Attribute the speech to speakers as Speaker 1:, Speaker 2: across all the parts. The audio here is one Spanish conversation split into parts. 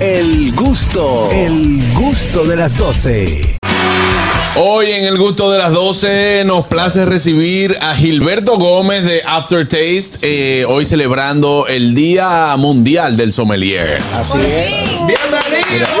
Speaker 1: El gusto, el gusto de las 12.
Speaker 2: Hoy en el gusto de las 12 nos place recibir a Gilberto Gómez de Aftertaste, eh, hoy celebrando el Día Mundial del Sommelier.
Speaker 3: Así es.
Speaker 4: ¡Bienvenido,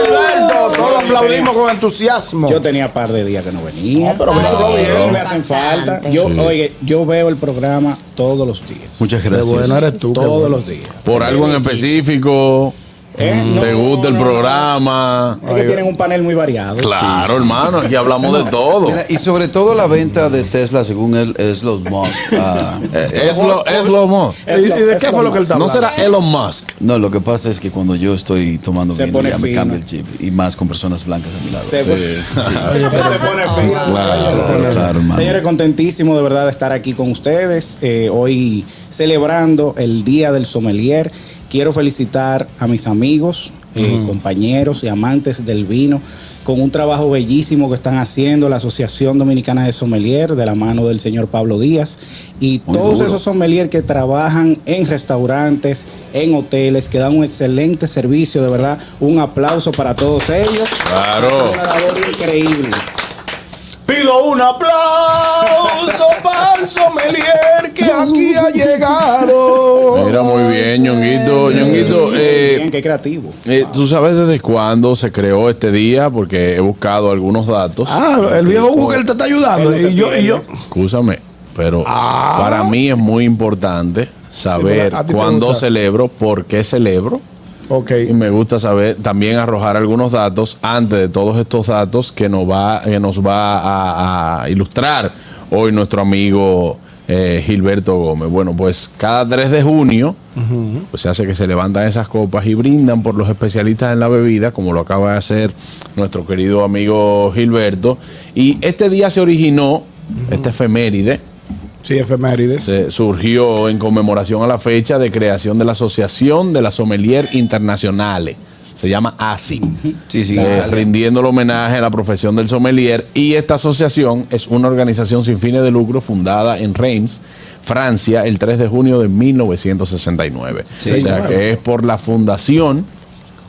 Speaker 4: Gilberto! Todos aplaudimos con entusiasmo.
Speaker 3: Yo tenía par de días que no venía.
Speaker 4: pero me
Speaker 2: todo bien.
Speaker 3: Me hacen
Speaker 5: Bastante.
Speaker 3: falta. Yo, oye, yo veo el programa todos los días.
Speaker 2: Muchas gracias.
Speaker 4: bueno eres tú.
Speaker 3: todos los días.
Speaker 2: Por algo en específico,
Speaker 3: ¿Eh? No,
Speaker 2: Mm, te gusta el
Speaker 3: no, no.
Speaker 2: programa.
Speaker 3: Es que tienen un panel muy variado.
Speaker 2: Claro, hermano, aquí hablamos de todo.
Speaker 6: Mira, y sobre todo la venta de Tesla, según él, es los Musk. Ah,
Speaker 2: Eh, Es lo, es lo más.
Speaker 3: Es
Speaker 4: ¿Y-
Speaker 3: lo-
Speaker 4: y de
Speaker 3: es
Speaker 4: qué
Speaker 3: lo
Speaker 4: fue lo que
Speaker 3: más.
Speaker 4: él está
Speaker 2: No
Speaker 4: hablando?
Speaker 2: será Elon Musk.
Speaker 6: no, lo que pasa es que cuando yo estoy tomando
Speaker 3: Se
Speaker 6: vino,
Speaker 3: pone
Speaker 6: ya me
Speaker 3: fino.
Speaker 6: cambia el chip. Y más con personas blancas a mi lado.
Speaker 3: Se,
Speaker 6: Sí,
Speaker 3: pone- se pone fino.
Speaker 6: claro,
Speaker 3: Señores,
Speaker 6: claro, hermano.
Speaker 3: Señores, contentísimo de verdad de estar aquí con ustedes. eh, hoy celebrando el Día del Sommelier. Quiero felicitar a mis amigos, eh, compañeros y amantes del vino con un trabajo bellísimo que están haciendo la Asociación Dominicana de Sommelier de la mano del señor Pablo Díaz y
Speaker 6: Muy
Speaker 3: todos
Speaker 6: duro.
Speaker 3: esos sommelier que trabajan en restaurantes, en hoteles, que dan un excelente servicio, de verdad, un aplauso para todos ellos.
Speaker 2: Claro.
Speaker 3: Una labor increíble.
Speaker 4: Pido un aplauso para el sommelier que aquí ha llegado.
Speaker 2: Mira, muy bien, ñonguito. Ñonguito, eh,
Speaker 3: Bien, qué creativo.
Speaker 2: Eh, ¿Tú sabes desde cuándo se creó este día? Porque he buscado algunos datos.
Speaker 4: Ah, el viejo Google te está ayudando. Y yo, y yo.
Speaker 2: Escúchame, pero
Speaker 4: Ah.
Speaker 2: para mí es muy importante saber
Speaker 4: Sí, ¿a ti te
Speaker 2: cuándo
Speaker 4: gusta?
Speaker 2: celebro, por qué celebro.
Speaker 4: Ok.
Speaker 2: Y me gusta saber también arrojar algunos datos antes de todos estos datos que nos va, que nos va a, a ilustrar hoy nuestro amigo eh, Gilberto Gómez. Bueno, pues cada 3 de junio pues se hace que se levantan esas copas y brindan por los especialistas en la bebida, como lo acaba de hacer nuestro querido amigo Gilberto. Y este día se originó, esta efeméride,
Speaker 4: Sí, efemérides.
Speaker 2: se- surgió en conmemoración a la fecha de creación de la Asociación de la Sommelier Internacionales. Se llama ASI,
Speaker 6: sí, sí,
Speaker 2: eh,
Speaker 6: claro.
Speaker 2: rindiendo el homenaje a la profesión del sommelier. Y esta asociación es una organización sin fines de lucro fundada en Reims, Francia, el 3 de junio de 1969.
Speaker 6: Sí,
Speaker 2: o sea
Speaker 4: claro.
Speaker 2: que es por la fundación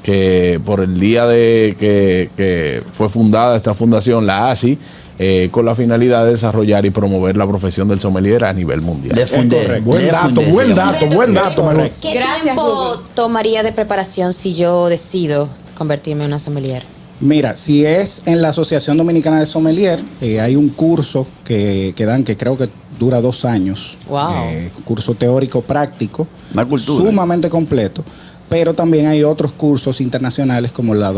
Speaker 2: que por el día de que, que fue fundada esta fundación, la ASI, eh, con la finalidad de desarrollar y promover la profesión del sommelier a nivel mundial.
Speaker 6: Le fundé,
Speaker 3: correcto.
Speaker 4: Buen
Speaker 6: le
Speaker 4: dato,
Speaker 6: fundé,
Speaker 4: buen
Speaker 6: se llama.
Speaker 4: dato, buen dato, Manuel.
Speaker 3: Correcto.
Speaker 5: ¿Qué
Speaker 7: Gracias,
Speaker 5: tiempo
Speaker 7: Google.
Speaker 5: tomaría de preparación si yo decido convertirme en una sommelier?
Speaker 3: Mira, si es en la Asociación Dominicana de Sommelier, eh, hay un curso que, que dan que creo que dura dos años.
Speaker 5: Wow.
Speaker 3: Eh, curso teórico práctico.
Speaker 6: Una cultura.
Speaker 3: Sumamente completo. Pero también hay otros cursos internacionales como la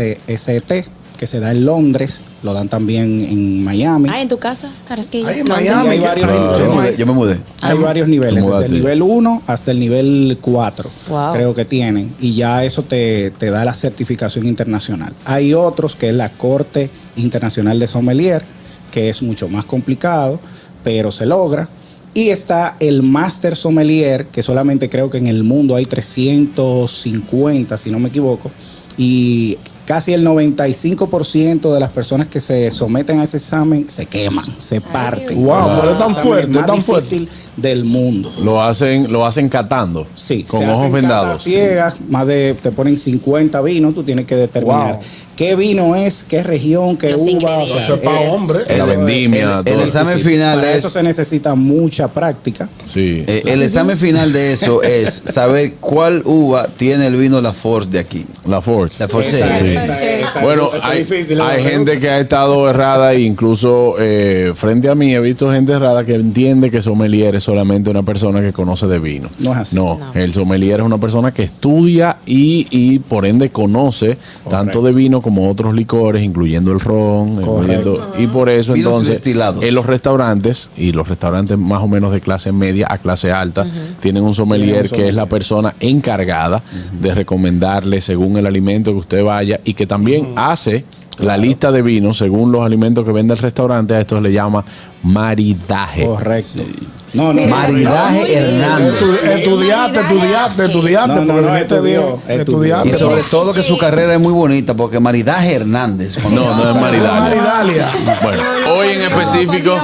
Speaker 3: WSST, que se da en Londres, lo dan también en Miami.
Speaker 5: Ah, en tu casa, Carrasquillo.
Speaker 4: Ahí en
Speaker 5: No,
Speaker 4: Miami.
Speaker 3: hay
Speaker 4: que-
Speaker 3: varios
Speaker 4: Claro.
Speaker 6: Yo me
Speaker 3: niveles.
Speaker 6: mudé, yo me mudé.
Speaker 3: Hay varios niveles, desde
Speaker 2: Acomódate.
Speaker 3: el nivel 1 hasta el nivel 4,
Speaker 5: Wow.
Speaker 3: creo que tienen, y ya eso te, te da la certificación internacional. Hay otros que es la Corte Internacional de Sommelier, que es mucho más complicado, pero se logra. Y está el Master Sommelier, que solamente creo que en el mundo hay 350, si no me equivoco, y casi el 95% de las personas que se someten a ese examen se queman, se parten.
Speaker 4: Wow, pero es tan
Speaker 3: El examen
Speaker 4: fuerte,
Speaker 3: más
Speaker 4: es tan fuerte.
Speaker 3: difícil del mundo.
Speaker 2: Lo hacen, lo hacen catando.
Speaker 3: Sí,
Speaker 2: Con
Speaker 3: se
Speaker 2: ojos
Speaker 3: hacen catas
Speaker 2: vendados.
Speaker 3: ciegas, más de te ponen 50 vinos, tú tienes que determinar
Speaker 4: Wow.
Speaker 3: qué vino es, qué región, qué
Speaker 5: Los
Speaker 3: uva.
Speaker 5: ingredientes.
Speaker 4: Eso es pa' hombre. eh,
Speaker 2: La
Speaker 3: eso es-
Speaker 2: vendimia,
Speaker 6: todo. examen final
Speaker 3: Para
Speaker 6: es-
Speaker 3: eso se necesita mucha práctica.
Speaker 2: Sí.
Speaker 6: Eh, el examen final de eso es saber cuál uva tiene el vino La Force de aquí.
Speaker 2: la Force.
Speaker 6: La Force.
Speaker 3: Esa-
Speaker 6: sí.
Speaker 3: esa- esa-
Speaker 2: Bueno,
Speaker 3: esa es
Speaker 2: hay,
Speaker 3: difícil, la
Speaker 2: hay
Speaker 3: verdad.
Speaker 2: gente que ha estado errada e incluso eh, frente a mí he visto gente errada que entiende que sommelier es solamente una persona que conoce de vino.
Speaker 3: No es así.
Speaker 5: No.
Speaker 2: el sommelier es una persona que estudia y, y por ende conoce tanto de vino como otros licores, incluyendo el ron. incluyendo- y por eso
Speaker 6: Vinos
Speaker 2: entonces
Speaker 6: destilados.
Speaker 2: en los restaurantes y los restaurantes más o menos de clase media a clase alta tienen un sommelier
Speaker 3: Tienen un
Speaker 2: sommelier, que es la persona encargada de recomendarle según el alimento que usted vaya y que también hace la lista de
Speaker 3: Oh.
Speaker 2: vinos según los alimentos que vende el restaurante. A esto se le llama maridaje.
Speaker 3: Correcto. No, no,
Speaker 6: Maridaje
Speaker 5: Muy bien.
Speaker 6: Hernández.
Speaker 4: Estu-
Speaker 5: Sí.
Speaker 4: estudiaste, estudiaste, estudiaste,
Speaker 3: No, no,
Speaker 4: porque
Speaker 3: no,
Speaker 4: Luis te
Speaker 3: estudió,
Speaker 4: dijo,
Speaker 3: estudió.
Speaker 4: estudiaste.
Speaker 6: Y sobre
Speaker 5: Pero-
Speaker 6: todo que su carrera es muy bonita porque Maridaje Hernández. cuando
Speaker 2: No, no es
Speaker 6: canta-
Speaker 2: Maridalia.
Speaker 4: Maridalia.
Speaker 2: Bueno, hoy en específico.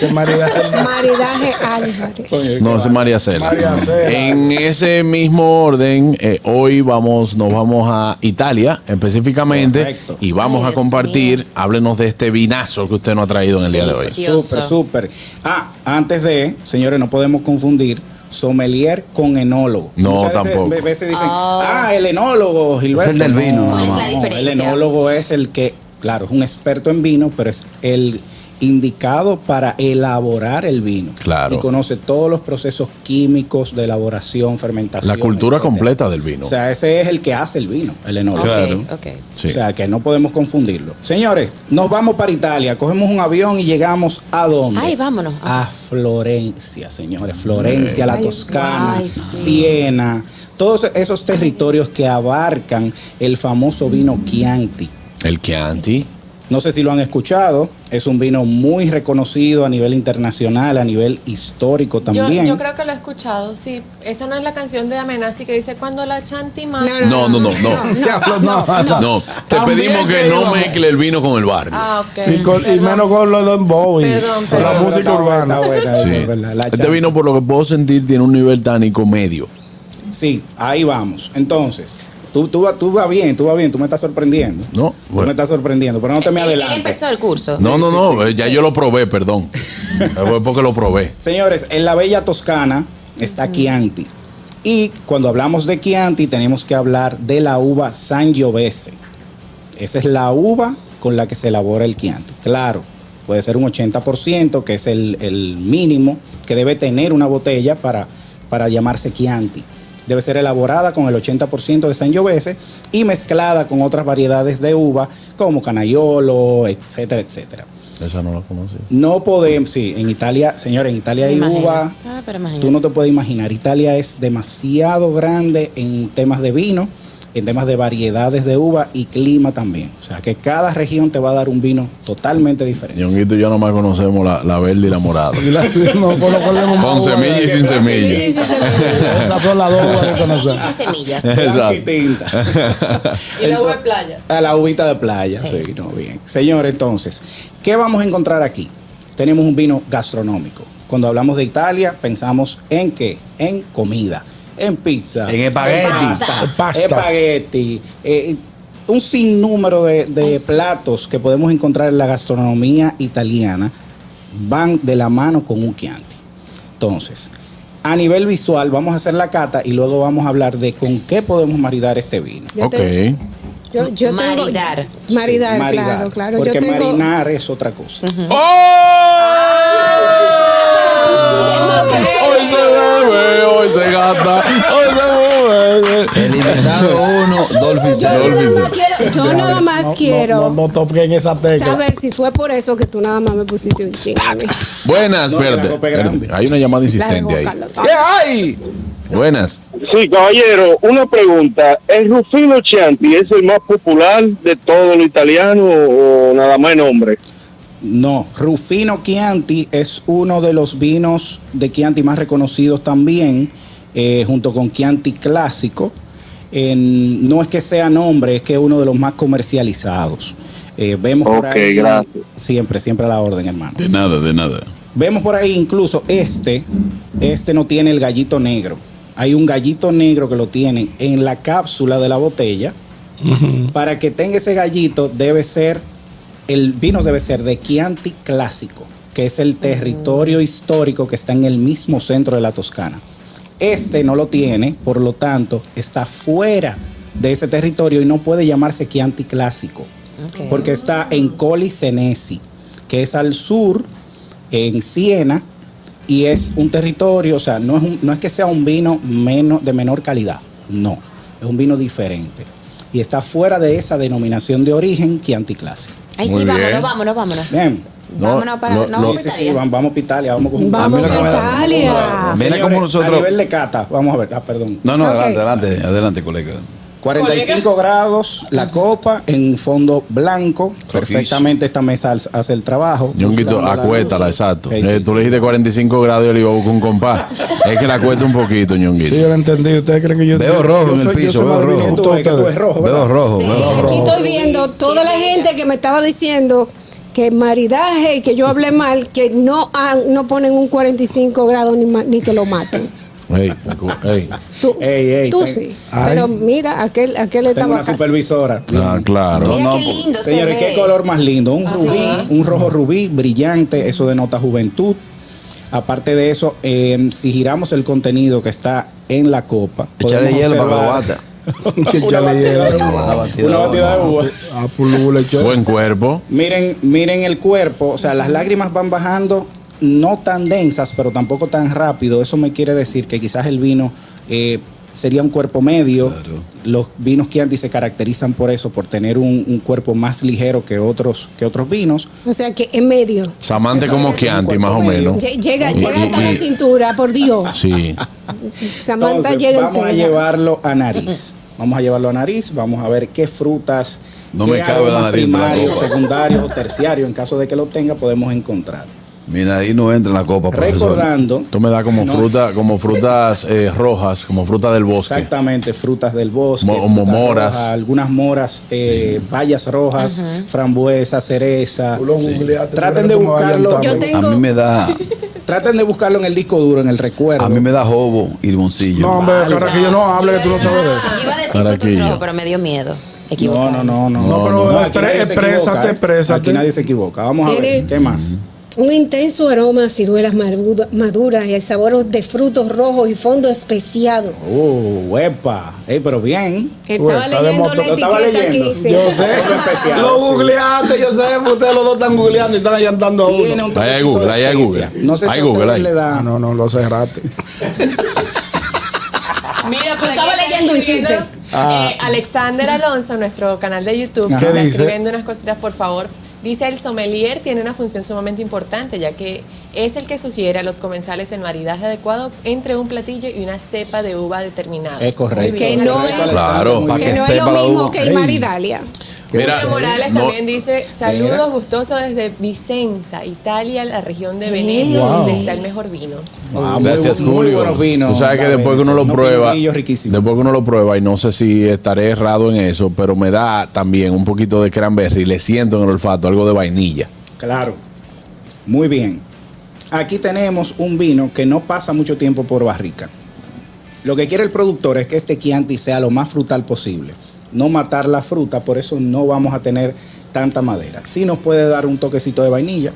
Speaker 4: Que Maridalia.
Speaker 7: Maridaje Álvarez.
Speaker 2: No, es María Cela.
Speaker 4: María Cela.
Speaker 2: En ese mismo orden, eh, hoy vamos, nos vamos a Italia específicamente
Speaker 3: Correcto.
Speaker 2: y vamos
Speaker 5: Ay,
Speaker 2: a
Speaker 5: Dios
Speaker 2: compartir. Háblenos de este vinazo que usted nos ha traído en el día de hoy.
Speaker 5: Delicioso.
Speaker 3: Súper, súper. Ah, antes de, señores, no podemos confundir sommelier con enólogo.
Speaker 2: No, tampoco.
Speaker 3: Veces, veces dicen,
Speaker 5: Ah.
Speaker 3: ah, el enólogo, Gilberto.
Speaker 6: del
Speaker 3: No,
Speaker 6: vino, ¿Cuál
Speaker 5: es la
Speaker 3: no, El
Speaker 5: diferencia?
Speaker 3: enólogo es el que, claro, es un experto en vino, pero es el indicado para elaborar el vino.
Speaker 2: Claro.
Speaker 3: Y conoce todos los procesos químicos de elaboración, fermentación.
Speaker 2: La cultura
Speaker 3: etcétera.
Speaker 2: completa del vino.
Speaker 3: O sea, ese es el que hace el vino, el enólogo.
Speaker 2: Claro.
Speaker 5: Ok, ok.
Speaker 2: Sí.
Speaker 3: O sea que no podemos confundirlo. Señores, nos vamos para Italia, cogemos un avión y llegamos a dónde?
Speaker 5: Ay, vámonos.
Speaker 3: A Florencia, señores. Florencia, la
Speaker 5: Ay,
Speaker 3: Toscana,
Speaker 5: ay, sí.
Speaker 3: Siena, todos esos territorios que abarcan el famoso vino Chianti.
Speaker 2: el Chianti.
Speaker 3: No sé si lo han escuchado, es un vino muy reconocido a nivel internacional, a nivel histórico
Speaker 8: Yo,
Speaker 3: también.
Speaker 8: yo creo que lo he escuchado, sí. Esa no es la canción de Amenazi que dice cuando la chanti manda.
Speaker 2: No, no, no, no.
Speaker 4: Diablo, no.
Speaker 2: No, te
Speaker 4: También
Speaker 2: pedimos que
Speaker 4: te
Speaker 2: no
Speaker 4: íbamos.
Speaker 2: mezcle el vino con el barrio.
Speaker 8: Ah, ok.
Speaker 4: Y, con- y
Speaker 8: Perdón.
Speaker 4: menos con los Don Bowie.
Speaker 8: Perdón,
Speaker 4: Con la
Speaker 8: perdón.
Speaker 4: música urbana.
Speaker 2: Sí. Este vino, por lo que puedo sentir, tiene un nivel tánico medio.
Speaker 3: Sí, ahí vamos. Entonces, tú, tú, vas- tú vas bien, tú vas bien, tú me estás sorprendiendo.
Speaker 2: No,
Speaker 3: Tú
Speaker 2: bueno.
Speaker 3: me estás sorprendiendo, pero no te me
Speaker 5: Él, él
Speaker 3: adelantes.
Speaker 5: empezó el curso.
Speaker 2: No, no, no, eh, ya yo lo probé, perdón. Fue porque lo probé.
Speaker 3: Señores, en la bella Toscana está Chianti. Y cuando hablamos de Chianti, tenemos que hablar de la uva Sangiovese. Esa es la uva con la que se elabora el Chianti. Claro, puede ser un 80%, que es el, el mínimo que debe tener una botella para, para llamarse Chianti. Debe ser elaborada con el 80% de Sangiovese y mezclada con otras variedades de uva como Canaiolo, etcétera, etcétera.
Speaker 2: Esa no la conocí.
Speaker 3: No podemos, sí, en Italia, señores, en Italia
Speaker 5: Me
Speaker 3: hay
Speaker 5: imagino.
Speaker 3: uva.
Speaker 5: Ah, pero imagínate.
Speaker 3: Tú no te puedes imaginar. Italia es demasiado grande en temas de vino, en temas de variedades de uva y clima también. O sea, que cada región te va a dar un vino totalmente diferente.
Speaker 2: Ñonguito y yo nomás conocemos la, la verde y la morada.
Speaker 4: Y la- no conocemos más
Speaker 2: Con
Speaker 4: uva.
Speaker 2: semilla y sin semilla.
Speaker 4: Esas son las dos uvas que
Speaker 5: Semillas
Speaker 4: conocemos.
Speaker 5: y semillas.
Speaker 3: Blanca y
Speaker 2: Exacto.
Speaker 3: tinta.
Speaker 8: Y la web playa.
Speaker 3: A la uvita de playa. Sí.
Speaker 5: Sí.
Speaker 3: no, bien. Señor, entonces, ¿qué vamos a encontrar aquí? Tenemos un vino gastronómico. Cuando hablamos de Italia, pensamos en qué? En comida, en pizza,
Speaker 6: En espagueti.
Speaker 3: pasta,
Speaker 4: En pastas.
Speaker 3: espagueti, eh, un sinnúmero de, de
Speaker 5: Ay, sí.
Speaker 3: platos que podemos encontrar en la gastronomía italiana van de la mano con un Chianti. Entonces, a nivel visual, vamos a hacer la cata y luego vamos a hablar de con qué podemos maridar este vino.
Speaker 7: Yo
Speaker 2: Ok.
Speaker 7: te- yo, yo tengo-
Speaker 5: Maridar.
Speaker 7: Maridar,
Speaker 3: Sí,
Speaker 7: claro, claro.
Speaker 3: Porque
Speaker 7: yo tengo,
Speaker 3: marinar es otra cosa.
Speaker 2: ¡Oh! Hoy se bebe, hoy se gasta, hoy se bebe.
Speaker 6: El invitado uno, Dolphin
Speaker 7: Yo
Speaker 6: Cero.
Speaker 7: nada más quiero, yo nada más
Speaker 4: No, no,
Speaker 7: quiero
Speaker 4: No, no, toquen esa tecla.
Speaker 7: saber si fue por eso que tú nada más me pusiste un ching. a mí.
Speaker 2: Buenas,
Speaker 3: No,
Speaker 2: verde.
Speaker 3: la copa es grande.
Speaker 2: Verde. Hay una llamada insistente
Speaker 7: La de
Speaker 2: ahí.
Speaker 7: boca, loco.
Speaker 2: ¿Qué hay? Buenas.
Speaker 9: Sí, caballero, una pregunta. ¿El Rufino Chianti es el más popular de todo lo italiano o nada más en nombre?
Speaker 3: No, Rufino Chianti es uno de los vinos de Chianti más reconocidos también, eh, junto con Chianti Clásico. En- no es que sea nombre, es que es uno de los más comercializados. Eh, vemos por
Speaker 9: Ok,
Speaker 3: ahí-
Speaker 9: gracias.
Speaker 3: Siempre, siempre a la orden, hermano.
Speaker 2: De nada, de nada.
Speaker 3: Vemos por ahí incluso este, este no tiene el gallito negro. Hay un gallito negro que lo tienen en la cápsula de la botella. Para que tenga ese gallito debe ser, el vino debe ser de Chianti Clásico, que es el territorio histórico que está en el mismo centro de la Toscana. Este no lo tiene, por lo tanto, está fuera de ese territorio y no puede llamarse Chianti Clásico,
Speaker 5: Ok.
Speaker 3: porque está en Colli Senesi, que es al sur, en Siena, y es un territorio, o sea, no es, un- no es que sea un vino menos, de menor calidad, no, es un vino diferente. Y está fuera de esa denominación de origen Chianti Clásico.
Speaker 5: Ay,
Speaker 2: Muy
Speaker 5: sí,
Speaker 2: bien.
Speaker 5: vámonos, vámonos, vámonos.
Speaker 3: Bien,
Speaker 2: No,
Speaker 5: vámonos para.
Speaker 2: no,
Speaker 5: No,
Speaker 2: no.
Speaker 3: sí, sí,
Speaker 5: Italia.
Speaker 3: sí, vamos, vamos para Italia, vamos con
Speaker 6: A mí
Speaker 7: Vamos
Speaker 6: lo que me
Speaker 7: a
Speaker 6: da-
Speaker 7: Italia.
Speaker 6: Mira
Speaker 3: Señores,
Speaker 6: cómo
Speaker 3: A
Speaker 6: nosotros.
Speaker 3: nivel de cata, vamos a ver, ah, perdón.
Speaker 6: No, no,
Speaker 7: Ok.
Speaker 6: adelante, adelante, adelante, colega.
Speaker 3: 45 grados la copa en un fondo blanco. Perfectamente esta mesa al- hace el trabajo.
Speaker 2: Ñonguito,
Speaker 3: buscando la
Speaker 2: acuétala,
Speaker 3: luz.
Speaker 2: exacto.
Speaker 3: Ok,
Speaker 2: Eh,
Speaker 3: sí,
Speaker 2: tú le dijiste 45 grados y yo le digo con un compás. es que la acuesta un poquito, Ñonguito.
Speaker 4: Sí, yo lo entendí. ¿Ustedes creen que yo
Speaker 6: Veo
Speaker 4: yo-
Speaker 6: rojo
Speaker 4: yo
Speaker 6: en el
Speaker 4: soy- yo
Speaker 6: piso,
Speaker 4: soy
Speaker 6: veo
Speaker 4: más
Speaker 6: rojo.
Speaker 4: adivino que
Speaker 3: Tú ves que
Speaker 4: ustedes?
Speaker 3: tú ves rojo, ¿verdad?
Speaker 6: Veo rojo,
Speaker 5: Sí,
Speaker 6: veo
Speaker 7: Aquí
Speaker 6: rojo.
Speaker 7: estoy viendo toda la gente que me estaba diciendo que maridaje y que yo hablé mal, que no, han- no ponen un 45 grados ni, ma- ni que lo maten.
Speaker 2: Ey, acu- ey.
Speaker 7: Tú,
Speaker 3: Ey, ey,
Speaker 7: tú
Speaker 3: ten-
Speaker 7: sí.
Speaker 4: Ay.
Speaker 7: Pero mira, aquel, aquel
Speaker 3: Tengo
Speaker 7: estaba
Speaker 3: una
Speaker 7: casi.
Speaker 3: supervisora.
Speaker 2: Ah, claro.
Speaker 5: Mira
Speaker 6: No,
Speaker 5: qué
Speaker 6: no,
Speaker 5: lindo se
Speaker 3: Señores,
Speaker 5: ve.
Speaker 3: qué color más lindo. Un rubí, un rojo rubí, brillante, eso denota juventud. Aparte de eso, eh, si giramos el contenido que está en la copa,
Speaker 6: Echarle
Speaker 3: podemos
Speaker 6: hielo para la
Speaker 3: observar
Speaker 6: bata.
Speaker 3: una batida de
Speaker 6: La
Speaker 3: uva.
Speaker 6: batida
Speaker 3: Una
Speaker 6: de
Speaker 3: batida de uva.
Speaker 4: Ah, pulula, che.
Speaker 2: Buen cuerpo.
Speaker 3: Miren, miren el cuerpo, o sea, las lágrimas van bajando, no tan densas, pero tampoco tan rápido. Eso me quiere decir que quizás el vino eh, sería un cuerpo medio. Los vinos Chianti se caracterizan por eso, por tener un, un cuerpo más ligero que otros, que otros vinos.
Speaker 7: O sea que en medio.
Speaker 2: Samante
Speaker 3: Eso
Speaker 2: como
Speaker 3: es un
Speaker 2: Chianti,
Speaker 3: cuerpo
Speaker 2: más o
Speaker 3: medio.
Speaker 2: menos.
Speaker 7: Lle- Llega,
Speaker 2: Y-
Speaker 7: llega
Speaker 2: y-
Speaker 7: hasta
Speaker 2: y-
Speaker 7: la cintura, por Dios.
Speaker 2: Sí.
Speaker 7: Samantha
Speaker 3: Entonces,
Speaker 7: llega
Speaker 3: vamos a
Speaker 7: entera.
Speaker 3: llevarlo a nariz. Vamos a llevarlo a nariz, vamos a ver qué frutas,
Speaker 6: No
Speaker 3: qué
Speaker 6: me cabe
Speaker 3: aromas
Speaker 6: la nariz de la
Speaker 3: primarios,
Speaker 6: copa.
Speaker 3: secundarios o terciarios, en caso de que lo tenga, podemos encontrar.
Speaker 6: Mira, ahí no entra en la copa, profesor.
Speaker 3: Recordando,
Speaker 2: Tú me das como
Speaker 3: No.
Speaker 2: fruta, como frutas eh, rojas, como fruta del bosque.
Speaker 3: Exactamente, frutas del bosque,
Speaker 2: Mo-
Speaker 3: frutas
Speaker 2: momoras.
Speaker 3: rojas, algunas moras, eh, bayas rojas, frambuesa, cereza.
Speaker 4: Tú lo googleaste,
Speaker 3: Traten
Speaker 4: tú
Speaker 3: de
Speaker 4: eres como
Speaker 3: buscarlo.
Speaker 4: Valentano.
Speaker 7: Yo te-
Speaker 6: A
Speaker 7: Tengo-
Speaker 6: mí me da,
Speaker 3: Traten de buscarlo en el disco duro, en el recuerdo.
Speaker 6: a mí me da jobo y el boncillo.
Speaker 4: No, hombre, Carraquillo, no hable que tú no
Speaker 5: Yo iba
Speaker 4: sabes
Speaker 5: a
Speaker 4: de
Speaker 5: decir-
Speaker 4: eso.
Speaker 5: Yo iba a decir frutos
Speaker 2: Carraquillo.
Speaker 5: rojos, pero me dio miedo.
Speaker 3: no, no,
Speaker 5: Equivocar.
Speaker 3: no, no.
Speaker 4: No, pero
Speaker 3: aquí nadie se
Speaker 4: exprésate,
Speaker 3: equivoca, ¿eh?
Speaker 4: exprésate.
Speaker 3: Aquí nadie se equivoca. Vamos a ver,
Speaker 7: Tiene-
Speaker 3: ¿qué más?
Speaker 7: Un intenso aroma a ciruelas maruda- maduras y a sabores de frutos rojos y fondo especiado.
Speaker 3: Oh, huepa. Ey, pero bien.
Speaker 4: Bueno,
Speaker 7: Estaba
Speaker 4: está de
Speaker 7: leyendo
Speaker 4: moto.
Speaker 7: la
Speaker 3: Lo estaba
Speaker 7: etiqueta
Speaker 3: leyendo.
Speaker 7: aquí. sí.
Speaker 4: Yo sé.
Speaker 3: Lo especial,
Speaker 4: Lo
Speaker 3: sí.
Speaker 4: googleaste, yo sé, porque ustedes los dos están googleando y están allantando a
Speaker 3: Tiene
Speaker 4: uno.
Speaker 3: un
Speaker 2: Ahí hay
Speaker 3: toquecito
Speaker 2: Google,
Speaker 3: de
Speaker 2: ahí hay
Speaker 3: especia.
Speaker 2: Google.
Speaker 3: No sé si
Speaker 2: Hay
Speaker 3: a
Speaker 2: Google,
Speaker 3: ustedes
Speaker 2: ahí.
Speaker 3: le da.
Speaker 4: Ah, no, no, lo cerraste.
Speaker 8: Mira,
Speaker 7: Yo estaba leyendo un chiste.
Speaker 8: eh, Alexander Alonso, nuestro canal de YouTube,
Speaker 4: Ajá.
Speaker 8: que está
Speaker 4: ¿Qué dice?
Speaker 8: escribiendo unas cositas, por favor. Dice, el sommelier tiene una función sumamente importante, ya que es el que sugiere a los comensales el maridaje adecuado entre un platillo y una cepa de uva determinada.
Speaker 3: Es correcto.
Speaker 7: Que no
Speaker 3: Correcto,
Speaker 7: es-
Speaker 2: Claro,
Speaker 3: Muy
Speaker 6: para
Speaker 7: Que
Speaker 3: bien.
Speaker 7: no es
Speaker 6: sepa
Speaker 7: lo
Speaker 6: la
Speaker 7: mismo
Speaker 6: uva.
Speaker 7: que el maridalia.
Speaker 2: Mira,
Speaker 8: Julio Morales
Speaker 2: no-
Speaker 8: también dice, saludos
Speaker 3: Mira.
Speaker 8: gustosos desde Vicenza, Italia, la región de Veneto,
Speaker 4: Wow.
Speaker 8: donde está el mejor vino.
Speaker 3: Ah, muy
Speaker 2: Gracias,
Speaker 3: bu- muy
Speaker 2: Julio.
Speaker 3: buenos vinos,
Speaker 2: Tú sabes que
Speaker 3: David.
Speaker 2: después que uno lo
Speaker 3: Unos
Speaker 2: prueba,
Speaker 3: pinillos riquísimos.
Speaker 2: después que uno lo prueba, y no sé si estaré errado en eso, pero me da también un poquito de cranberry, le siento en el olfato algo de vainilla.
Speaker 3: Claro. Muy bien. Aquí tenemos un vino que no pasa mucho tiempo por barrica. Lo que quiere el productor es que este Chianti sea lo más frutal posible. No matar la fruta, por eso no vamos a tener tanta madera. Sí nos puede dar un toquecito de vainilla,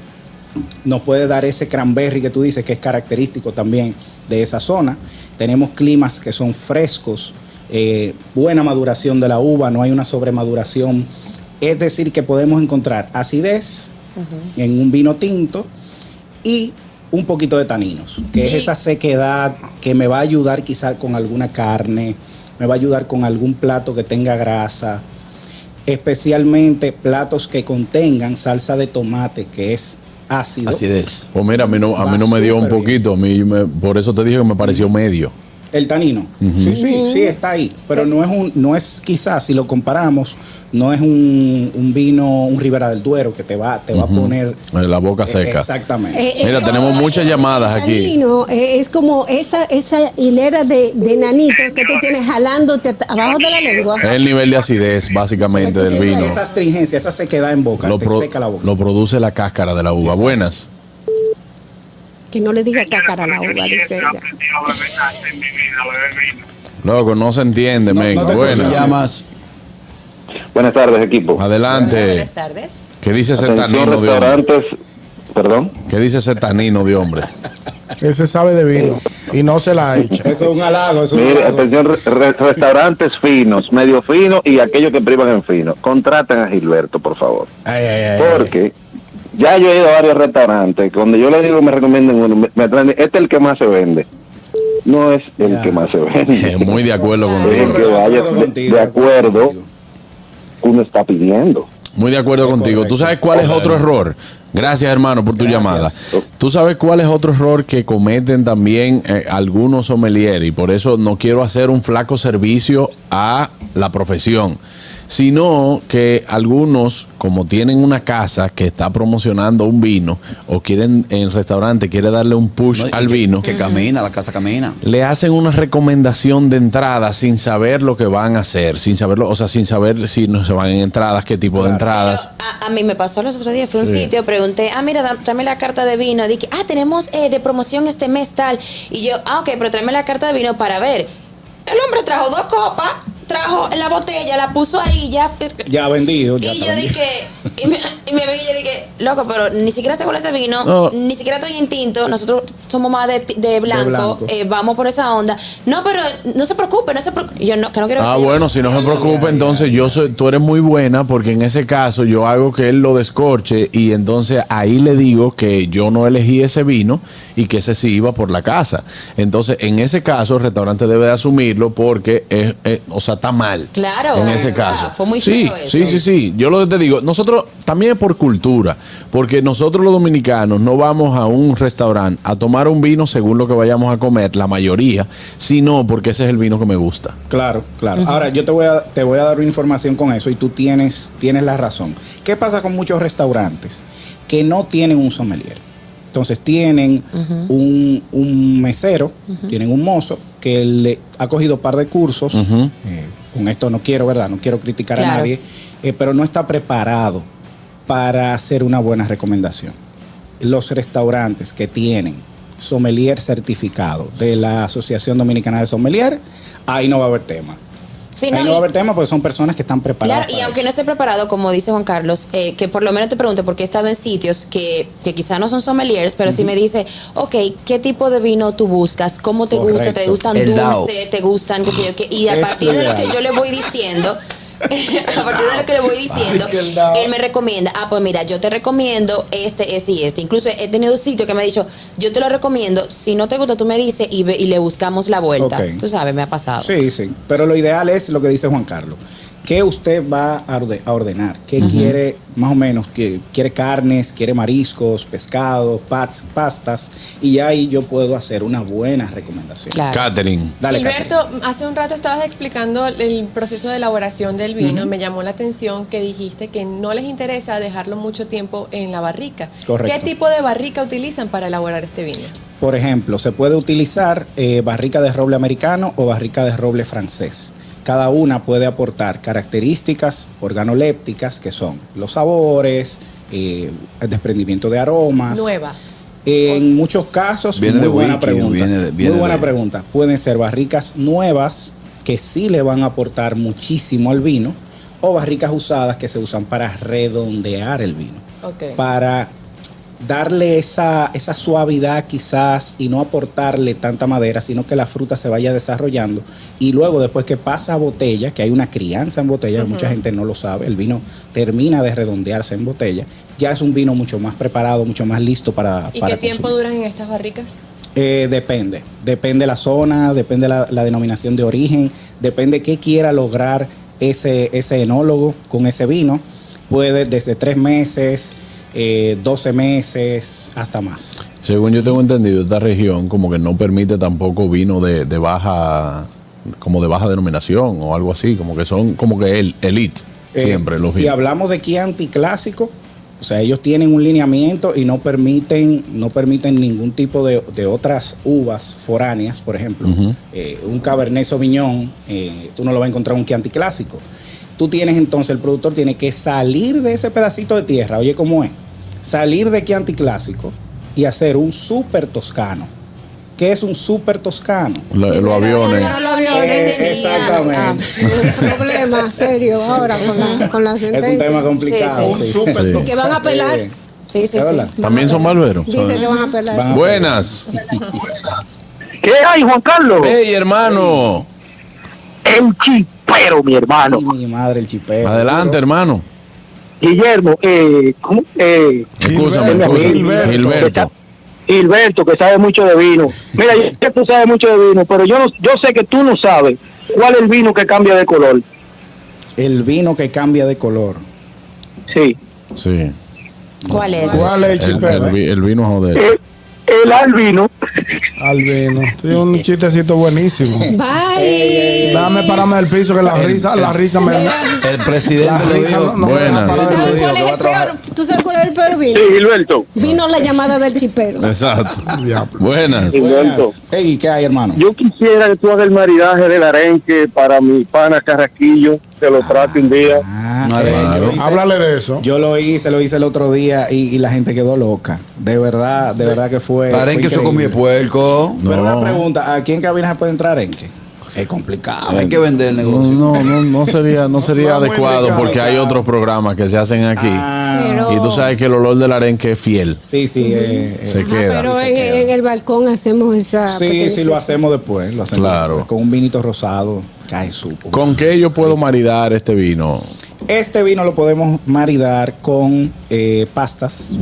Speaker 3: nos puede dar ese cranberry que tú dices que es característico también de esa zona. Tenemos climas que son frescos, eh, buena maduración de la uva, no hay una sobremaduración. Es decir, que podemos encontrar acidez en un vino tinto y un poquito de taninos, que es
Speaker 8: Y-
Speaker 3: esa sequedad que me va a ayudar quizá con alguna carne, me va a ayudar con algún plato que tenga grasa, especialmente platos que contengan salsa de tomate, que es ácido.
Speaker 6: Acidez.
Speaker 2: Pues mira, a mí no, a mí
Speaker 3: Va
Speaker 2: no me dio un
Speaker 3: súper bien.
Speaker 2: poquito, a mí me- por eso te dije que me pareció medio.
Speaker 3: El tanino. Sí, sí, sí, está ahí. Pero no es un, no es quizás, si lo comparamos, no es un, un vino, un Ribera del Duero que te va, te va a poner
Speaker 2: Eh, La boca
Speaker 3: eh,
Speaker 2: seca.
Speaker 3: Exactamente.
Speaker 7: Eh, eh,
Speaker 2: Mira,
Speaker 7: como
Speaker 2: tenemos
Speaker 7: la-
Speaker 2: muchas
Speaker 7: el
Speaker 2: llamadas aquí.
Speaker 7: tanino, eh, es como esa, esa hilera de, de nanitos que tú tienes jalándote at- abajo de la lengua.
Speaker 2: El nivel de acidez, básicamente, del
Speaker 7: Entonces,
Speaker 2: vino.
Speaker 3: Esa astringencia, esa sequedad en boca,
Speaker 2: Lo,
Speaker 3: te
Speaker 2: pro-
Speaker 3: seca la boca.
Speaker 2: lo produce la cáscara de la uva. Buenas.
Speaker 7: Que no le diga cácara a la uva, dice ella.
Speaker 2: Loco, no se entiende,
Speaker 3: No,
Speaker 2: men.
Speaker 3: no te
Speaker 6: Tú
Speaker 2: Buenas.
Speaker 3: escuchamos.
Speaker 6: llamas
Speaker 9: Buenas tardes, equipo.
Speaker 2: Adelante.
Speaker 8: Buenas tardes.
Speaker 2: ¿Qué dice ese
Speaker 9: Atención,
Speaker 2: tanino de hombre?
Speaker 9: restaurantes. Perdón.
Speaker 2: ¿Qué dice ese tanino de hombre?
Speaker 4: Ese sabe de vino y no se la ha hecho.
Speaker 3: Eso es un halago, eso es un
Speaker 9: Mire,
Speaker 3: halago.
Speaker 9: atención, re- re- restaurantes finos, medio finos y aquellos que privan en fino. Contraten a Gilberto, por favor.
Speaker 4: Ay, ay, ay.
Speaker 9: Porque ya yo he ido a varios restaurantes. Cuando yo le digo que me recomienden uno, me, me traen, este es el que más se vende. No es el
Speaker 3: Ya.
Speaker 9: que más se
Speaker 2: Eh,
Speaker 9: vende.
Speaker 2: Muy de acuerdo
Speaker 9: Es el
Speaker 2: contigo.
Speaker 9: que vaya
Speaker 3: Contigo,
Speaker 9: de,
Speaker 3: contigo,
Speaker 9: de acuerdo
Speaker 3: contigo.
Speaker 9: que uno está pidiendo.
Speaker 2: Muy de acuerdo contigo. ¿Tú sabes cuál es otro error? Gracias, hermano, por tu
Speaker 3: Gracias.
Speaker 2: llamada. ¿Tú sabes cuál es otro error que cometen también eh, algunos sommelier? Y por eso no quiero hacer un flaco servicio a la profesión, sino que algunos, como tienen una casa que está promocionando un vino o quieren en el restaurante, quiere darle un push
Speaker 6: No, y
Speaker 2: al
Speaker 6: que-
Speaker 2: vino,
Speaker 6: Que camina, la casa camina.
Speaker 2: le hacen una recomendación de entrada sin saber lo que van a hacer, sin saberlo, o sea, sin saber si no se van en entradas, qué tipo de entradas.
Speaker 5: Pero Ah, a, a mí me pasó los otros días, fui a un sitio, pregunté, ah, mira, da- tráeme la carta de vino. Dije, ah, tenemos eh, de promoción este mes tal. Y yo, ah, ok, pero tráeme la carta de vino para ver. El hombre trajo dos copas, trajo la botella, la puso ahí, ya.
Speaker 3: Ya vendido. Ya
Speaker 5: y
Speaker 3: está
Speaker 5: yo
Speaker 3: vendido.
Speaker 5: dije, y me, y me vi y yo dije, loco, pero ni siquiera sé cuál es el vino,
Speaker 2: No.
Speaker 5: ni siquiera estoy en tinto, nosotros somos más de, ti- de blanco,
Speaker 3: blanco.
Speaker 5: eh, vamos por esa onda. No, pero no se preocupe, no se preocupe. Yo no, que no quiero que
Speaker 2: Ah,
Speaker 5: se-
Speaker 2: bueno, si no se preocupe, entonces yo soy, tú eres muy buena porque en ese caso yo hago que él lo descorche y entonces ahí le digo que yo no elegí ese vino y que ese sí iba por la casa. Entonces, en ese caso, el restaurante debe de asumirlo porque, es, es- o sea, está mal.
Speaker 5: Claro.
Speaker 2: En
Speaker 5: O
Speaker 2: ese
Speaker 5: sea,
Speaker 2: caso.
Speaker 5: fue muy
Speaker 2: sí,
Speaker 5: feo eso.
Speaker 2: sí, sí, sí. Yo lo que te digo, nosotros también es por cultura, porque nosotros los dominicanos no vamos a un restaurante a tomar un vino según lo que vayamos a comer, la mayoría, sino porque ese es el vino que me gusta.
Speaker 3: Claro, claro. Ahora yo te voy a te voy a dar una información con eso y tú tienes tienes la razón. ¿Qué pasa con muchos restaurantes que no tienen un sommelier? Entonces tienen un, un mesero, tienen un mozo que le ha cogido par de cursos.
Speaker 2: Ujú.
Speaker 3: Eh, con esto no quiero, ¿verdad? No quiero criticar a
Speaker 5: Claro.
Speaker 3: nadie, eh, pero no está preparado para hacer una buena recomendación. Los restaurantes que tienen sommelier certificado de la Asociación Dominicana de Sommelier, ahí no va a haber tema.
Speaker 5: Sí,
Speaker 3: ahí
Speaker 5: no,
Speaker 3: no
Speaker 5: y-
Speaker 3: va a haber tema porque son personas que están preparadas.
Speaker 5: Claro, y
Speaker 3: para
Speaker 5: aunque
Speaker 3: eso.
Speaker 5: no esté preparado, como dice Juan Carlos, eh, que por lo menos te pregunte, porque he estado en sitios que, que quizá no son sommeliers, pero sí me dice, ok, ¿qué tipo de vino tú buscas? ¿Cómo te gusta? ¿Te
Speaker 3: Correcto.
Speaker 5: gustan
Speaker 6: El
Speaker 5: dulce?
Speaker 6: DAO.
Speaker 5: ¿Te gustan qué sé yo qué? Y a
Speaker 3: Es
Speaker 5: partir de lo
Speaker 3: ideal.
Speaker 5: que yo le voy diciendo... A partir de lo que le voy diciendo, él me recomienda, ah, pues mira, yo te recomiendo este, este y este. Incluso he tenido un sitio que me ha dicho, yo te lo recomiendo, si no te gusta, tú me dices y, ve- y le buscamos la vuelta.
Speaker 3: Ok.
Speaker 5: Tú sabes, me ha pasado.
Speaker 3: Sí, sí. Pero lo ideal es lo que dice Juan Carlos. ¿Qué usted va a, orde- a ordenar? ¿Qué quiere, más o menos? ¿Qué- ¿Quiere carnes? ¿Quiere mariscos? ¿Pescado? pats- ¿Pastas? Y ahí yo puedo hacer una buena recomendación.
Speaker 5: Claro.
Speaker 2: Catherine.
Speaker 3: Dale,
Speaker 8: Gilberto,
Speaker 3: Catherine.
Speaker 8: hace un rato estabas explicando el proceso de elaboración del vino. Me llamó la atención que dijiste que no les interesa dejarlo mucho tiempo en la barrica.
Speaker 3: Correcto.
Speaker 8: ¿Qué tipo de barrica utilizan para elaborar este vino?
Speaker 3: Por ejemplo, se puede utilizar eh, barrica de roble americano o barrica de roble francés. Cada una puede aportar características organolépticas que son los sabores, eh, el desprendimiento de aromas.
Speaker 8: Nueva.
Speaker 3: En muchos casos,
Speaker 6: Viene
Speaker 3: muy
Speaker 6: de
Speaker 3: buena
Speaker 6: whisky,
Speaker 3: pregunta.
Speaker 6: viene de- viene
Speaker 3: muy buena
Speaker 6: de-
Speaker 3: pregunta. Pueden ser barricas nuevas que sí le van a aportar muchísimo al vino o barricas usadas que se usan para redondear el vino,
Speaker 8: Ok.
Speaker 3: para darle esa, esa suavidad quizás y no aportarle tanta madera, sino que la fruta se vaya desarrollando y luego después que pasa a botella, que hay una crianza en botella, que mucha gente no lo sabe, el vino termina de redondearse en botella, ya es un vino mucho más preparado, mucho más listo para...
Speaker 8: ¿Y
Speaker 3: para
Speaker 8: qué tiempo
Speaker 3: consumir.
Speaker 8: duran en estas barricas?
Speaker 3: Eh, depende, depende la zona, depende la, la denominación de origen, depende qué quiera lograr ese, ese enólogo con ese vino. Puede desde tres meses, eh, 12 meses, hasta más.
Speaker 2: Según yo tengo entendido, esta región como que no permite tampoco vino de, de baja como de baja denominación o algo así, como que son como que el elite
Speaker 3: Eh,
Speaker 2: siempre los
Speaker 3: si
Speaker 2: vinos.
Speaker 3: hablamos de Chianti clásico, o sea, ellos tienen un lineamiento y no permiten, no permiten ningún tipo de, de otras uvas foráneas, por ejemplo.
Speaker 2: Ujú.
Speaker 3: Eh, un Cabernet Sauvignon, eh, tú no lo vas a encontrar en un Chianti clásico. Tú tienes entonces, el productor tiene que salir de ese pedacito de tierra, oye, ¿cómo es? Salir de Chianti clásico y hacer un super toscano. ¿Qué es un super toscano?
Speaker 2: La- los aviones.
Speaker 7: Ahora los aviones.
Speaker 3: Eh,
Speaker 5: Ah,
Speaker 3: exactamente.
Speaker 7: Un problema serio ahora con la, con la
Speaker 3: Es
Speaker 7: sentencia.
Speaker 3: un tema complicado.
Speaker 5: Sí,
Speaker 3: sí.
Speaker 2: Sí.
Speaker 7: Que van a apelar.
Speaker 3: Eh,
Speaker 5: Sí, sí,
Speaker 3: Es
Speaker 5: sí.
Speaker 3: verdad.
Speaker 2: También son barberos.
Speaker 7: Dice que van a apelar.
Speaker 3: Van a-
Speaker 2: Buenas.
Speaker 9: ¿Qué hay, Juan Carlos?
Speaker 2: Hey, hermano.
Speaker 9: El chispero, mi hermano.
Speaker 3: Ay, mi madre, el chipeo.
Speaker 2: Adelante, hermano.
Speaker 9: Guillermo, eh, ¿cómo? Eh,
Speaker 2: Escúchame,
Speaker 9: Gilberto.
Speaker 2: escúchame.
Speaker 9: Gilberto.
Speaker 2: Gilberto.
Speaker 9: Gilberto, que sabe mucho de vino. Mira, yo sé que tú sabes mucho de vino, pero yo, no- yo sé que tú no sabes cuál es el vino que cambia de color.
Speaker 3: El vino que cambia de color.
Speaker 9: Sí.
Speaker 2: Sí.
Speaker 5: ¿Cuál es?
Speaker 4: ¿Cuál es
Speaker 2: El,
Speaker 4: el chipero?
Speaker 2: el vi- el vino joder.
Speaker 9: Eh, el albino.
Speaker 4: Albino. Tiene un chistecito buenísimo.
Speaker 7: Bye.
Speaker 4: Dame pararme del piso que la risa, la risa me.
Speaker 6: El presidente
Speaker 4: La
Speaker 6: lo
Speaker 4: risa
Speaker 6: dijo.
Speaker 4: no- no me
Speaker 2: Buena.
Speaker 4: da
Speaker 7: ¿Tú
Speaker 4: para
Speaker 6: Lo
Speaker 7: sabes
Speaker 6: dijo,
Speaker 7: cuál
Speaker 6: que
Speaker 7: es
Speaker 6: va a
Speaker 7: el
Speaker 6: trabajar.
Speaker 7: peor? ¿Tú sabes cuál es el peor vino?
Speaker 9: Sí, Gilberto.
Speaker 7: Vino la llamada del chipero.
Speaker 2: Exacto.
Speaker 4: Diablo.
Speaker 2: Buenas.
Speaker 9: Gilberto.
Speaker 3: Buenas. Pues, Ey, ¿qué hay, hermano?
Speaker 9: Yo quisiera que tú hagas el maridaje del arenque para mi pana Carraquillo, que lo trate un día.
Speaker 3: Ah,
Speaker 6: No,
Speaker 3: eh,
Speaker 6: hermano.
Speaker 3: yo, hice-
Speaker 4: Háblale de eso.
Speaker 3: yo lo hice, lo hice el otro día y, y la gente quedó loca. De verdad, de verdad que fue. fue
Speaker 6: Arenque eso
Speaker 3: increíble.
Speaker 6: comió puerco.
Speaker 3: Pero
Speaker 2: No.
Speaker 3: una pregunta, ¿a quién cabina se puede entrar Arenque? Es complicado.
Speaker 6: Hay que vender el negocio.
Speaker 2: No, no, no sería, no sería
Speaker 4: No, muy
Speaker 2: adecuado
Speaker 4: delicado,
Speaker 2: porque hay
Speaker 4: claro.
Speaker 2: otros programas que se hacen aquí.
Speaker 3: Ah,
Speaker 7: Pero-
Speaker 2: Y tú sabes que el olor del arenque es fiel.
Speaker 3: sí, sí. eh, eh,
Speaker 2: Se
Speaker 7: Ah,
Speaker 2: queda.
Speaker 7: pero en, en el ah, balcón hacemos esa.
Speaker 3: sí,
Speaker 7: pequeña
Speaker 3: sí, lo
Speaker 7: sesión.
Speaker 3: hacemos después. Lo hacemos
Speaker 2: Claro.
Speaker 3: después. Con un vinito rosado, cae supo.
Speaker 2: ¿Con qué yo puedo maridar este vino?
Speaker 3: Este vino lo podemos maridar con eh, pastas,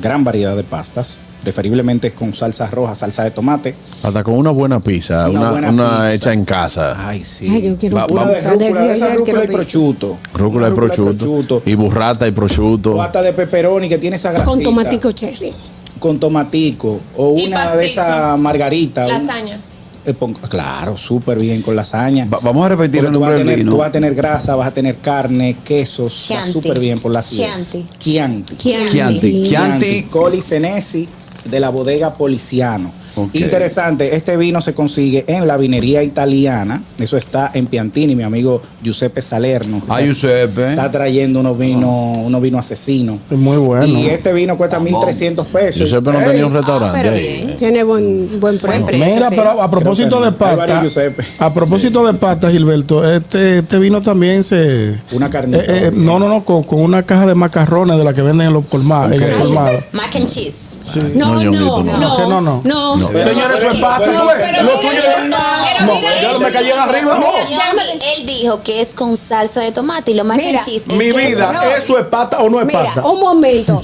Speaker 3: gran variedad de pastas, preferiblemente con salsa roja, salsa de tomate.
Speaker 2: Hasta con una buena pizza,
Speaker 3: Una
Speaker 2: una,
Speaker 3: buena
Speaker 2: una
Speaker 3: pizza. Ah.
Speaker 2: hecha en casa.
Speaker 3: Ay, sí.
Speaker 7: Ay, yo quiero
Speaker 3: Va-
Speaker 7: pizza.
Speaker 3: una de rúcula,
Speaker 7: Desde
Speaker 3: de esa
Speaker 7: ayer
Speaker 3: rúcula
Speaker 7: quiero
Speaker 3: y
Speaker 7: pizza.
Speaker 3: prosciutto.
Speaker 2: Rúcula y prosciutto. Y burrata y prosciutto.
Speaker 3: Pata de pepperoni que tiene esa grasita.
Speaker 7: Con tomatico cherry.
Speaker 3: Con tomatico. O
Speaker 8: Y
Speaker 3: una de
Speaker 8: pasticho.
Speaker 3: esas margaritas.
Speaker 8: Lasaña.
Speaker 3: Eh, pon- claro, súper bien con lasaña.
Speaker 6: Va- vamos a repetir
Speaker 3: Porque
Speaker 6: el
Speaker 3: tú vas,
Speaker 6: nombre
Speaker 3: a
Speaker 6: del
Speaker 3: tener,
Speaker 6: vino.
Speaker 3: tú vas a tener grasa, vas a tener carne, quesos, va
Speaker 5: Chianti.
Speaker 3: súper bien por las sillas.
Speaker 5: Chianti.
Speaker 3: Chianti.
Speaker 6: Chianti.
Speaker 3: Chianti
Speaker 6: Chianti.
Speaker 3: Coli Senesi de la bodega Policiano.
Speaker 6: Ok.
Speaker 3: Interesante, este vino se consigue en la vinería italiana. Eso está en Piantini, mi amigo Giuseppe Salerno.
Speaker 6: Ay, Giuseppe.
Speaker 3: Está trayendo unos vinos, unos vinos asesinos.
Speaker 4: Es muy Ah. bueno. Ah,
Speaker 3: Y este vino cuesta 1.300 pesos.
Speaker 2: Yo siempre no
Speaker 3: Ey,
Speaker 2: tenía un
Speaker 5: Ah,
Speaker 2: restaurante.
Speaker 5: pero
Speaker 2: ahí.
Speaker 5: bien.
Speaker 7: Tiene buen, buen precio.
Speaker 5: precio.
Speaker 4: Mira,
Speaker 5: sí.
Speaker 4: pero a
Speaker 3: Creo
Speaker 4: propósito
Speaker 3: que
Speaker 4: de
Speaker 3: no. Álvaro y
Speaker 4: pasta,
Speaker 3: Giuseppe.
Speaker 4: a propósito de pasta, Gilberto, este, este vino también se...
Speaker 3: Una carnita.
Speaker 4: Eh, eh, no, no, no, con, con una caja de macarrones de la que venden en los colmados. en los
Speaker 6: Ok.
Speaker 4: colmados.
Speaker 5: Mac and cheese.
Speaker 7: No,
Speaker 2: No,
Speaker 7: no,
Speaker 2: Ñonguito,
Speaker 7: no,
Speaker 2: no.
Speaker 4: Que no,
Speaker 7: no,
Speaker 4: no.
Speaker 2: Pero-
Speaker 4: Señores, eso es
Speaker 5: pero-
Speaker 4: pasta. ¿Tú
Speaker 5: pero-
Speaker 4: ves? Lo
Speaker 5: pero-
Speaker 4: tuyo
Speaker 5: pero-
Speaker 4: es-
Speaker 5: no,
Speaker 4: No,
Speaker 5: pero mira
Speaker 4: ya me
Speaker 5: esto.
Speaker 4: caían arriba. no.
Speaker 5: Ñongui, él dijo que es con salsa de tomate y lo mac
Speaker 7: Mira,
Speaker 5: and cheese.
Speaker 4: Mi
Speaker 5: El queso, no.
Speaker 4: vida, eh. ¿eso es pata o no es
Speaker 7: Mira,
Speaker 4: pata?
Speaker 7: un momento.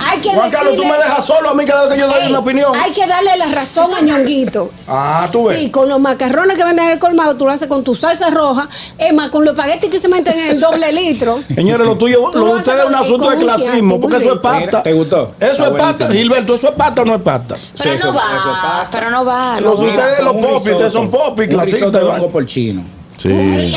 Speaker 7: Hay que
Speaker 4: Juan Carlos, tú
Speaker 7: decirle-
Speaker 4: me dejas solo a mí cada vez que yo doy
Speaker 7: Ey,
Speaker 4: una opinión.
Speaker 7: Hay que darle la razón a Ñonguito.
Speaker 4: Ah, tú ves.
Speaker 7: Sí, con los macarrones que venden en el colmado, tú lo haces con tu salsa roja. Es más, con los paquetes que se meten en el doble litro.
Speaker 4: Señores, lo tuyo, lo
Speaker 7: Tú lo
Speaker 4: de
Speaker 7: vas a
Speaker 4: ustedes es un
Speaker 7: conseguir
Speaker 4: asunto
Speaker 7: con
Speaker 4: de
Speaker 7: un Chianti,
Speaker 4: clasismo,
Speaker 7: muy
Speaker 4: porque eso es
Speaker 7: rico.
Speaker 4: pata.
Speaker 3: ¿Te gustó?
Speaker 4: Eso
Speaker 3: Está
Speaker 4: es pata.
Speaker 3: buenísimo.
Speaker 4: Gilberto, ¿eso es pata o no es pata?
Speaker 5: Pero
Speaker 3: Sí,
Speaker 5: no
Speaker 3: eso- eso es
Speaker 5: va,
Speaker 3: pasta.
Speaker 5: pero no va. no
Speaker 4: Los
Speaker 5: va.
Speaker 4: ustedes, los
Speaker 3: Un
Speaker 4: popis,
Speaker 3: risotto.
Speaker 4: ustedes son popis,
Speaker 3: Un
Speaker 4: clasistas,
Speaker 3: risotto de
Speaker 4: ¿verdad?
Speaker 3: hongo porcino.
Speaker 5: Ay,
Speaker 2: Sí.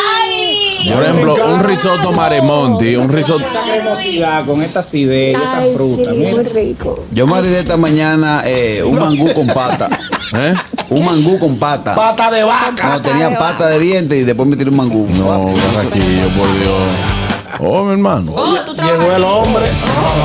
Speaker 5: ay, ay.
Speaker 2: Por ejemplo, un risotto maremonti, un risotto.
Speaker 3: Esa cremosidad con esta acidez y esa
Speaker 7: Ay,
Speaker 3: fruta.
Speaker 7: sí,
Speaker 3: mira.
Speaker 7: muy rico.
Speaker 6: Yo maridé esta mañana eh, un mangú con pata.
Speaker 2: ¿Eh?
Speaker 6: Un mangú con pata.
Speaker 4: Pata de vaca.
Speaker 6: No, tenía pata de diente y después me tiré un mangú.
Speaker 2: No, Carraquillo, por Dios. Oh, mi hermano.
Speaker 5: Oh, tú trabajas
Speaker 4: Llegó el
Speaker 5: aquí.
Speaker 4: hombre. Estaba en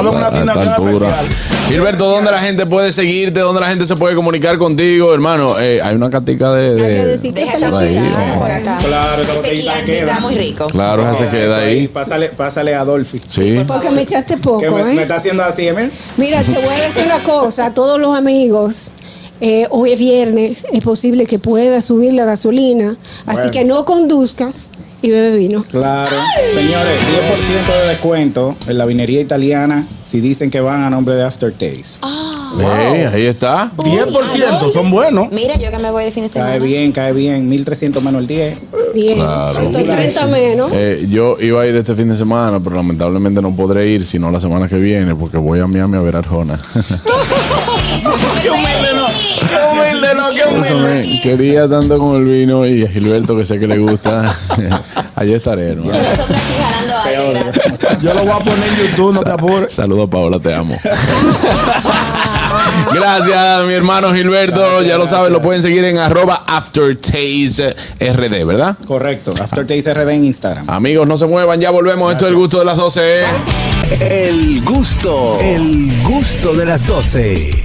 Speaker 4: una
Speaker 2: A esta
Speaker 4: asignación
Speaker 2: altura.
Speaker 4: especial.
Speaker 2: Gilberto, ¿dónde la gente puede seguirte? ¿Dónde la gente se puede comunicar contigo, hermano? Eh, hay una catica de. de-
Speaker 7: Hay
Speaker 3: Eh,
Speaker 7: que decir que
Speaker 5: Deja esa
Speaker 7: felicidad.
Speaker 2: Ahí,
Speaker 5: ciudad
Speaker 2: oh.
Speaker 5: por acá.
Speaker 3: Claro, esa
Speaker 5: Ese
Speaker 3: botellita
Speaker 5: Chianti
Speaker 3: queda.
Speaker 5: está muy rico.
Speaker 2: Claro, ya se
Speaker 3: Eso
Speaker 2: queda ahí.
Speaker 3: Pásale, pásale a Dolphy.
Speaker 2: Sí.
Speaker 7: Porque me echaste
Speaker 3: Que
Speaker 7: poco,
Speaker 3: me,
Speaker 7: ¿eh?
Speaker 3: me está haciendo así, ¿eh? mira.
Speaker 7: Mira, te voy a decir una cosa a todos los amigos. eh, hoy es viernes, es posible que pueda subir la gasolina, así que no conduzcas y bebe vino.
Speaker 3: Claro. Señores, 10% de descuento en la vinería italiana si dicen que van a nombre de Aftertaste.
Speaker 2: Ey, ahí está.
Speaker 4: 10% son buenos.
Speaker 5: Mira, yo que me voy de fin de semana.
Speaker 3: Cae bien, cae bien. 1300 menos el 10.
Speaker 7: Bien, Entonces, 30 menos.
Speaker 2: Eh, yo iba a ir este fin de semana, pero lamentablemente no podré ir, sino la semana que viene, porque voy a Miami a ver a Arjona.
Speaker 4: Qué humilde, no. Qué humilde, no. Qué
Speaker 2: Eso
Speaker 4: humilde.
Speaker 2: me quería tanto con el vino y a Gilberto, que sé que le gusta. Allí estaré, hermano.
Speaker 5: Y Nosotros aquí jalando aire, gracias.
Speaker 4: Yo lo voy a poner en YouTube, no te apures.
Speaker 2: Saludos, Paola, te amo. gracias, mi hermano Gilberto. ya lo saben, lo pueden seguir en arroba aftertaste.rd, ¿verdad?
Speaker 3: Correcto. Aftertaste RD en Instagram.
Speaker 2: Amigos, no se muevan, ya volvemos. Esto es el gusto de las ¿eh? 12.
Speaker 1: El gusto, el gusto de las 12.